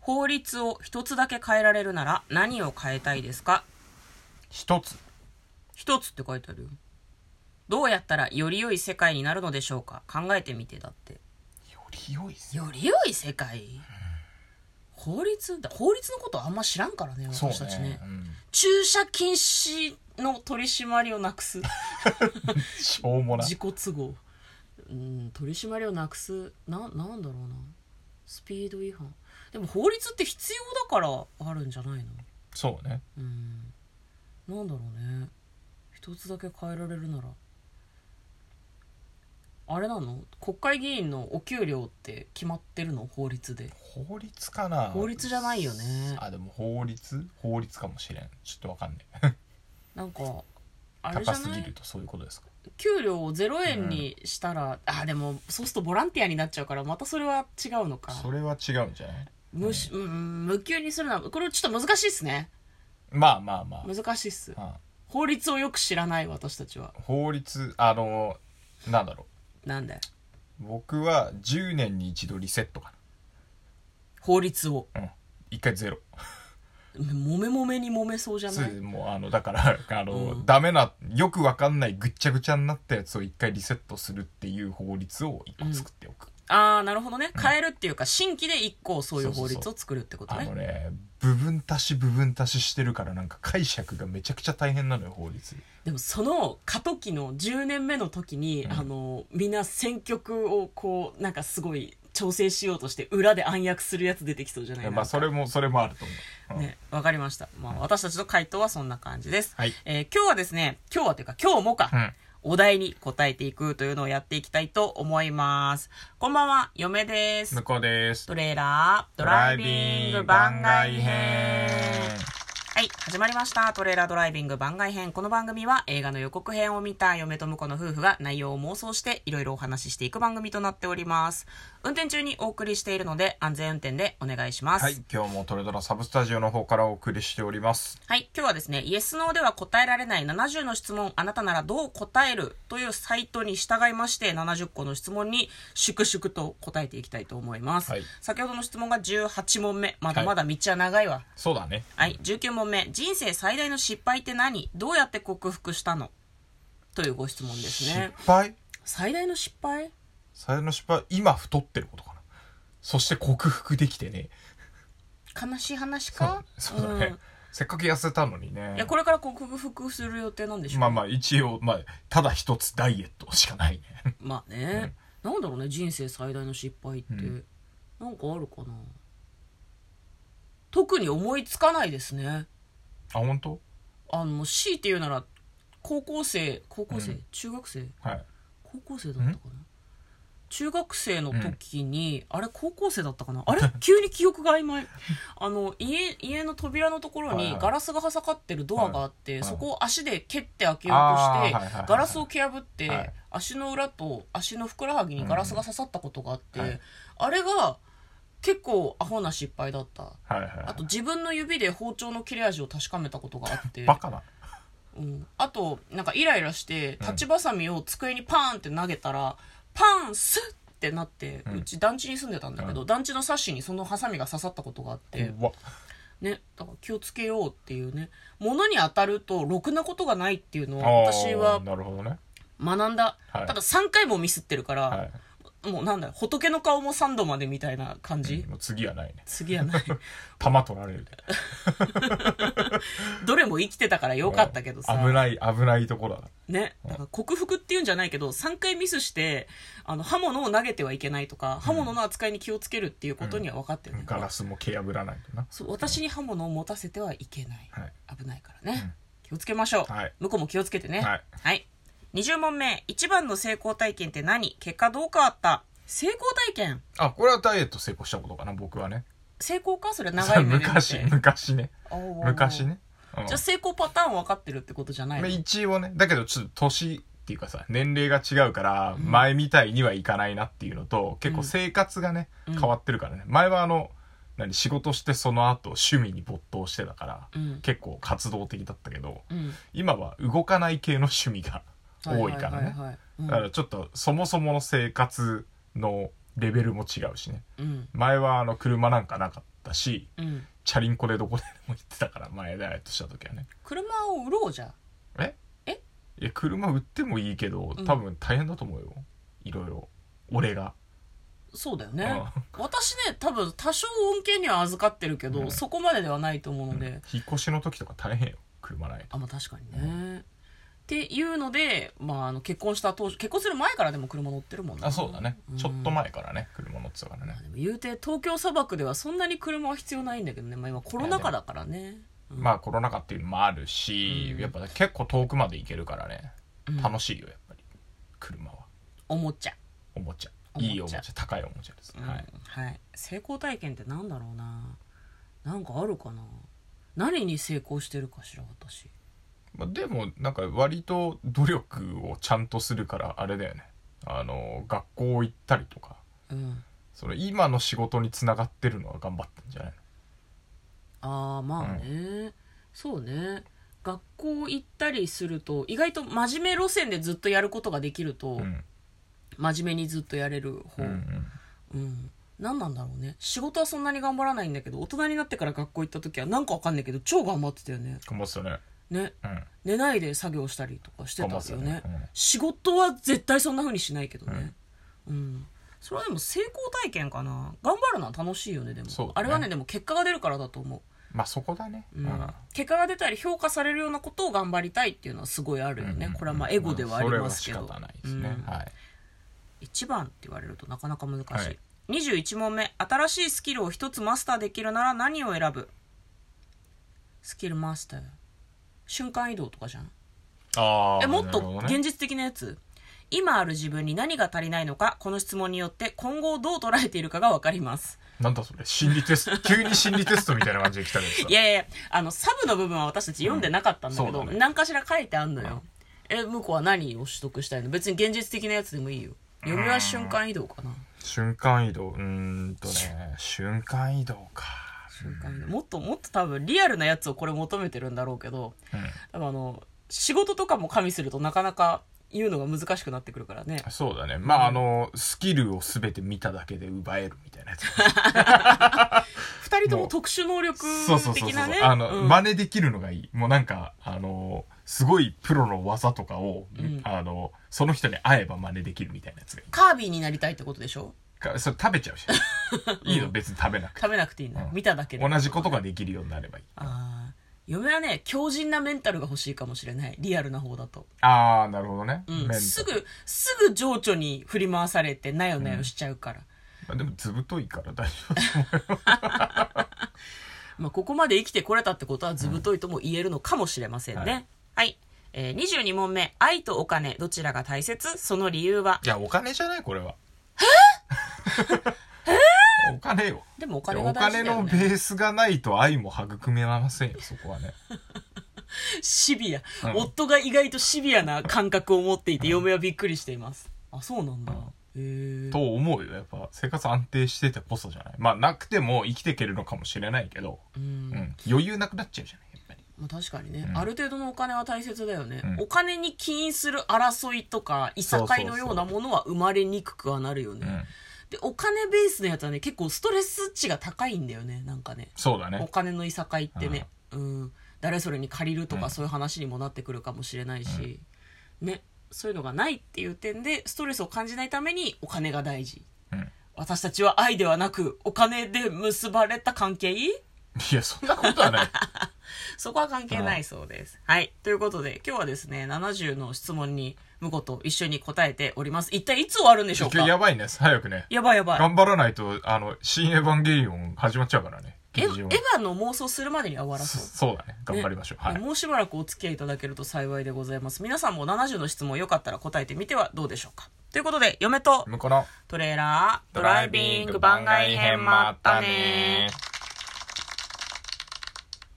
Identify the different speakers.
Speaker 1: 法律を一つだけ変えられるなら何を変えたいですか
Speaker 2: 一つ。
Speaker 1: 一つって書いてあるよどうやったらより良い世界になるのでしょうか考えてみてだって
Speaker 2: より良いっす
Speaker 1: より良い世界法律だ法律のことあんま知らんからね
Speaker 2: そう
Speaker 1: 私たちね
Speaker 2: ね。うん
Speaker 1: 駐車禁止の取り締まりをなく す
Speaker 2: しょうもな。
Speaker 1: 自己都合うん取り締まりをなくすななんだろうなスピード違反でも法律って必要だからあるんじゃないの
Speaker 2: そうね。
Speaker 1: うんなんだろうね一つだけ変えられるならあれなの国会議員のお給料って決まってるの法律で
Speaker 2: 法律かな
Speaker 1: 法律じゃないよね
Speaker 2: あ、でも法律法律かもしれん。ちょっとわかんない。
Speaker 1: なんかあれじ
Speaker 2: 高
Speaker 1: ゃ
Speaker 2: す
Speaker 1: な
Speaker 2: ぎる
Speaker 1: い
Speaker 2: とそういうことですか。
Speaker 1: 給料を0円にしたら、あでもそうするとボランティアになっちゃうからまたそれは違うのか
Speaker 2: それは違うんじゃない
Speaker 1: 無し、うん、無給にするのはこれちょっと難しいっすね
Speaker 2: まあまあま
Speaker 1: 難しいっす
Speaker 2: あ。うん
Speaker 1: 法律をよく知らない私たちは
Speaker 2: 法律、あの、なんだろ
Speaker 1: なんで
Speaker 2: う。僕は10年に一度リセットか
Speaker 1: 法律を
Speaker 2: な。うん。一回ゼロ。
Speaker 1: もめもめにもめそうじゃ
Speaker 2: そ
Speaker 1: な
Speaker 2: う
Speaker 1: い
Speaker 2: もうあのだからあの、
Speaker 1: うん
Speaker 2: ダメなよくわかんないぐっちゃぐちゃになったやつを一回リセットするっていう法律を一個作っておく、
Speaker 1: ああなるほどね変えるっていうか新規で1個そういう法律を作るってこと
Speaker 2: あ
Speaker 1: ね
Speaker 2: のね部分足し部分足ししてるからなんか解釈がめちゃくちゃ大変なのよ法律
Speaker 1: でもその過渡期の10年目の時に、
Speaker 2: うん
Speaker 1: あのみんな選曲をこうなんかすごい調整しようとして裏で暗躍するやつ出てきそうじゃない
Speaker 2: まあそれもそれもあると思う、うん
Speaker 1: ね、わかりました。まあ、私たちの回答はそんな感じです。
Speaker 2: はい
Speaker 1: えー今日はですね、今日はというか今日もか、
Speaker 2: うん
Speaker 1: お題に答えていくというのをやっていきたいと思います。こんばんは、嫁です
Speaker 2: 向。こうです
Speaker 1: トレーラードライビング番外編。はい、始まりました。トレーラードライビング番外編。この番組は映画の予告編を見た嫁と婿の夫婦が内容を妄想していろいろお話ししていく番組となっております。運転中にお送りしているので安全運転でお願いします。
Speaker 2: はい今日もトレドラサブスタジオの方からお送りしております
Speaker 1: はい、今日はですね、イエス・ノーでは答えられない70の質問、あなたならどう答えるというサイトに従いまして、70個の質問に粛々と答えていきたいと思います。
Speaker 2: はい
Speaker 1: 先ほどの質問が18問目、まだまだ道は長いわ。
Speaker 2: そうだね
Speaker 1: はい、19問目、人生最大の失敗って何どうやって克服したのというご質問ですね。
Speaker 2: 失敗
Speaker 1: 最大の失敗
Speaker 2: 最大の失敗今太ってることかなそして克服できてね
Speaker 1: 悲しい話
Speaker 2: そう
Speaker 1: か
Speaker 2: そうだね、
Speaker 1: ん
Speaker 2: せっかく痩せたのにね
Speaker 1: いや、これから克服する予定なんでしょう
Speaker 2: まあまあ一応まあただ一つダイエットしかないね
Speaker 1: まあね、なんだろうね人生最大の失敗って、
Speaker 2: うん
Speaker 1: なんかあるかな特に思いつかないですね
Speaker 2: あ本当
Speaker 1: あの強いて言うなら高校生高校生、
Speaker 2: うん
Speaker 1: 中学生
Speaker 2: はい
Speaker 1: 高校生だったかな中学生の時に、あれ高校生だったかな あれ急に記憶が曖昧あの家家の扉のところ
Speaker 2: はい
Speaker 1: に
Speaker 2: はい
Speaker 1: ガラスがはさかってるドアがあって、
Speaker 2: いはい
Speaker 1: そこを足で蹴って開けようとして、
Speaker 2: あーはいはいはい
Speaker 1: ガラスを蹴破って、
Speaker 2: はい
Speaker 1: 足の裏と足のふくらはぎにガラスが刺さったことがあって、
Speaker 2: うんはい
Speaker 1: あれが結構アホな失敗だった
Speaker 2: はいはい
Speaker 1: あ
Speaker 2: は
Speaker 1: と自分の指で包丁の切れ味を確かめたことがあっ
Speaker 2: い
Speaker 1: て
Speaker 2: バカな
Speaker 1: うん、あとなんかイライラして
Speaker 2: うん
Speaker 1: 立ちばさみを机にパーンって投げたら、パンスッってなって、う
Speaker 2: うん
Speaker 1: ち団地に住んでたんだけど、団地のサッシにそのハサミが刺さったことがあって、
Speaker 2: うわ
Speaker 1: ねだから気をつけようっていうね物に当たるとろくなことがないっていうのを
Speaker 2: あー
Speaker 1: 私は
Speaker 2: なるほどね
Speaker 1: 学んだ、
Speaker 2: はい
Speaker 1: ただ3回もミスってるから、
Speaker 2: はい
Speaker 1: もうなんだろう仏の顔も3度までみたいな感じ、
Speaker 2: もう次はないね
Speaker 1: 次はない
Speaker 2: 玉取られるで
Speaker 1: どれも生きてたからよかったけどさ
Speaker 2: 危ない危ないところだ
Speaker 1: ね、だから克服っていうんじゃないけど3回ミスしてあの刃物を投げてはいけないとか刃物の扱いに気をつけるっていうことには分かってる、ね
Speaker 2: ガラスも蹴破らないとな
Speaker 1: そう私に刃物を持たせてはいけない
Speaker 2: はい
Speaker 1: 危ないからね、気をつけましょう、
Speaker 2: はい
Speaker 1: 向こうも気をつけてね
Speaker 2: はい、
Speaker 1: 20問目一番の成功体験って何結果どう変わった成功体験
Speaker 2: あこれはダイエット成功したことかな僕はね
Speaker 1: 成功かそれ長い目で見て
Speaker 2: 昔昔ね
Speaker 1: おうおうおう
Speaker 2: 昔ね、うん
Speaker 1: じゃあ成功パターン分かってるってことじゃない
Speaker 2: まあ
Speaker 1: の
Speaker 2: 一応ねだけどちょっと年っていうかさ年齢が違うから前みたいにはいかないなっていうのと、結構生活がね、
Speaker 1: うん
Speaker 2: 変わってるからね前はあの何仕事してその後趣味に没頭してたから、
Speaker 1: うん
Speaker 2: 結構活動的だったけど
Speaker 1: うん
Speaker 2: 今は動かない系の趣味が多いからね
Speaker 1: はははい
Speaker 2: だか
Speaker 1: はい
Speaker 2: らちょっとそもそもの生活のレベルも違うしね
Speaker 1: うんうん
Speaker 2: 前はあの車なんかなかっったし
Speaker 1: うん
Speaker 2: チャリンコでどこでも行ってたから前ダイエットした時はね
Speaker 1: 車を売ろうじゃ
Speaker 2: え
Speaker 1: え
Speaker 2: いや車売ってもいいけど
Speaker 1: うん
Speaker 2: 多分大変だと思うよ、いろいろ俺が
Speaker 1: そうだよね私ね多分多少恩恵には預かってるけど、
Speaker 2: うん
Speaker 1: そこまでではないと思う
Speaker 2: うん
Speaker 1: ので、
Speaker 2: 引っ越しの時とか大変よ車ないと
Speaker 1: あまあ確かにね、っていうので、まあ、あの結婚した当初結婚する前からでも車乗ってるもん
Speaker 2: あそうだね、
Speaker 1: うん
Speaker 2: ちょっと前からね車乗ってたからね
Speaker 1: まあ、でも言うて東京砂漠ではそんなに車は必要ないんだけどね、まあ、今コロナ禍だからね、うん
Speaker 2: まあコロナ禍っていうのもあるし、
Speaker 1: うん
Speaker 2: やっぱ結構遠くまで行けるからね
Speaker 1: うん
Speaker 2: 楽しいよやっぱり車は
Speaker 1: おもちゃ、
Speaker 2: おもちゃ
Speaker 1: おもちゃ
Speaker 2: いいおもちゃ高いおもちゃです、
Speaker 1: うん
Speaker 2: はい、
Speaker 1: はい、成功体験ってなんだろうななんかあるかな何に成功してるかしら私
Speaker 2: まあ、でもなんか割と努力をちゃんとするからあれだよねあの学校行ったりとか
Speaker 1: うん
Speaker 2: その今の仕事につながってるのは頑張ったんじゃない
Speaker 1: ああまあね、そうね学校行ったりすると意外と真面目路線でずっとやることができると、
Speaker 2: のうん
Speaker 1: 真面目にずっとやれる方、
Speaker 2: う
Speaker 1: うん
Speaker 2: うんん
Speaker 1: 何なんだろうね仕事はそんなに頑張らないんだけど大人になってから学校行った時はなんかわかんないけど超頑張ってたよね
Speaker 2: 頑張ってたね
Speaker 1: ね
Speaker 2: うん
Speaker 1: 寝ないで作業したりとかしてた
Speaker 2: 頑張
Speaker 1: よ
Speaker 2: ってた
Speaker 1: ね
Speaker 2: ねうん
Speaker 1: 仕事は絶対そんな風にしないけどねうん、それはでも成功体験かな頑張るのは楽しいよねでも
Speaker 2: そうだね
Speaker 1: あれはねでも結果が出るからだと思う
Speaker 2: まあそこだね
Speaker 1: うん結果が出たり評価されるようなことを頑張りたいっていうのはすごいあるよね、
Speaker 2: うん
Speaker 1: これはまあエゴではありますけど、
Speaker 2: それは仕方ないですね、
Speaker 1: うん
Speaker 2: はい
Speaker 1: 1番って言われるとなかなか難しい、
Speaker 2: はい
Speaker 1: 21問目新しいスキルを1つマスターできるなら何を選ぶスキルマスター瞬間移動とかじゃん
Speaker 2: ああ
Speaker 1: えもっと
Speaker 2: ね
Speaker 1: 現実的なやつ今ある自分に何が足りないのかこの質問によって今後をどう捉えているかが分かります
Speaker 2: なんだそれ心理テスト急に心理テストみたいな感じで来たけどさ
Speaker 1: いやいやいやあのサブの部分は私たち読んでなかったんだけ
Speaker 2: うんそ
Speaker 1: ど、
Speaker 2: うだね
Speaker 1: 何かしら書いてあんのよ、え向こうは何を取得したいの別に現実的なやつでもいいよ読みは瞬間移動かな
Speaker 2: 瞬間移動うーんとね瞬間移動か
Speaker 1: 瞬間移動もっともっと多分リアルなやつをこれ求めてるんだろうけど
Speaker 2: うん
Speaker 1: 多分あの仕事とかも加味するとなかなか言うのが難しくなってくるからね
Speaker 2: そうだねまああのスキルを全て見ただけで奪えるみたいなやつ
Speaker 1: 2人と
Speaker 2: も
Speaker 1: も
Speaker 2: う
Speaker 1: 特殊能力
Speaker 2: そうそうそう
Speaker 1: 的
Speaker 2: そう
Speaker 1: なね
Speaker 2: あの、
Speaker 1: うん
Speaker 2: 真似できるのがいいもうなんかあのすごいプロの技とかを、
Speaker 1: うん
Speaker 2: あのその人に会えば真似できるみたいなやつがいい
Speaker 1: カービィになりたいってことでしょ
Speaker 2: かそれ食べちゃうし いいの別に食べなくて
Speaker 1: 食べなくていいんだ、
Speaker 2: うん
Speaker 1: 見ただけで
Speaker 2: 同じことができるようになればいい
Speaker 1: ああ嫁はね強靭なメンタルが欲しいかもしれないリアルな方だと、
Speaker 2: ああなるほどね、
Speaker 1: うん
Speaker 2: 面倒
Speaker 1: すぐすぐ情緒に振り回されてなよなよしちゃうから、
Speaker 2: まあ、でもずぶといから大丈夫 だと思う
Speaker 1: まあ、ここまで生きてこれたってことはずぶといとも言えるのかもしれませんね、
Speaker 2: うん
Speaker 1: は
Speaker 2: はい
Speaker 1: い、えー22問目愛とお金どちらが大切その理由はい
Speaker 2: や、お金じゃない、これは。え お金よ。
Speaker 1: でもお
Speaker 2: いや
Speaker 1: 金
Speaker 2: お
Speaker 1: が大事
Speaker 2: 金
Speaker 1: だよ
Speaker 2: のベ
Speaker 1: ね
Speaker 2: ースがないと愛も育めませんよ、そこはね。
Speaker 1: シビア、
Speaker 2: うん
Speaker 1: 夫が意外とシビアな感覚を持っていて嫁はびっくりしていますあそうなんだ、
Speaker 2: うん
Speaker 1: へえ
Speaker 2: と思うよ、やっぱ。生活安定しててこそじゃない。まあ、なくても生きていけるのかもしれないけど、
Speaker 1: うん
Speaker 2: うん。余裕なくなっちゃうじゃない、やっぱり。
Speaker 1: まあ、確かにね、
Speaker 2: うん
Speaker 1: ある程度のお金は大切だよね、
Speaker 2: うん
Speaker 1: お金に起因する争いとかいさかいのようなものは生まれにくくはなるよね
Speaker 2: うん。
Speaker 1: でお金ベースのやつはね結構ストレス値が高いんだよねなんかね
Speaker 2: そうだ
Speaker 1: お
Speaker 2: ね。
Speaker 1: 金のいさかいってね、うん誰それに借りるとかそういう話にもなってくるかもしれないし、ねそういうのがないっていう点でストレスを感じないためにお金が大事
Speaker 2: うん。
Speaker 1: 私たちは愛ではなくお金で結ばれた関係
Speaker 2: いや、そんなことはない。
Speaker 1: そこは関係ないそうです。はい。ということで、今日はですね、70の質問に、向こうと一緒に答えております。一体いつ終わ るんでしょう
Speaker 2: 今日
Speaker 1: か
Speaker 2: やばいね、早くね。
Speaker 1: やばいやばい。
Speaker 2: 頑張らないと、あの、新エヴァンゲリオン始まっちゃうからね。
Speaker 1: エヴ
Speaker 2: 劇場
Speaker 1: エヴ
Speaker 2: は
Speaker 1: ァの妄想するまでには終わら
Speaker 2: そ
Speaker 1: そう。
Speaker 2: そうだね。頑張りましょう。はい。
Speaker 1: もうしばらくお付き合いいただけると幸いでございます。皆さんも70の質問よかったら答えてみてはどうでしょうか。ということで、嫁と
Speaker 2: 向こうの
Speaker 1: トレーラー、ドライビング番外編まったね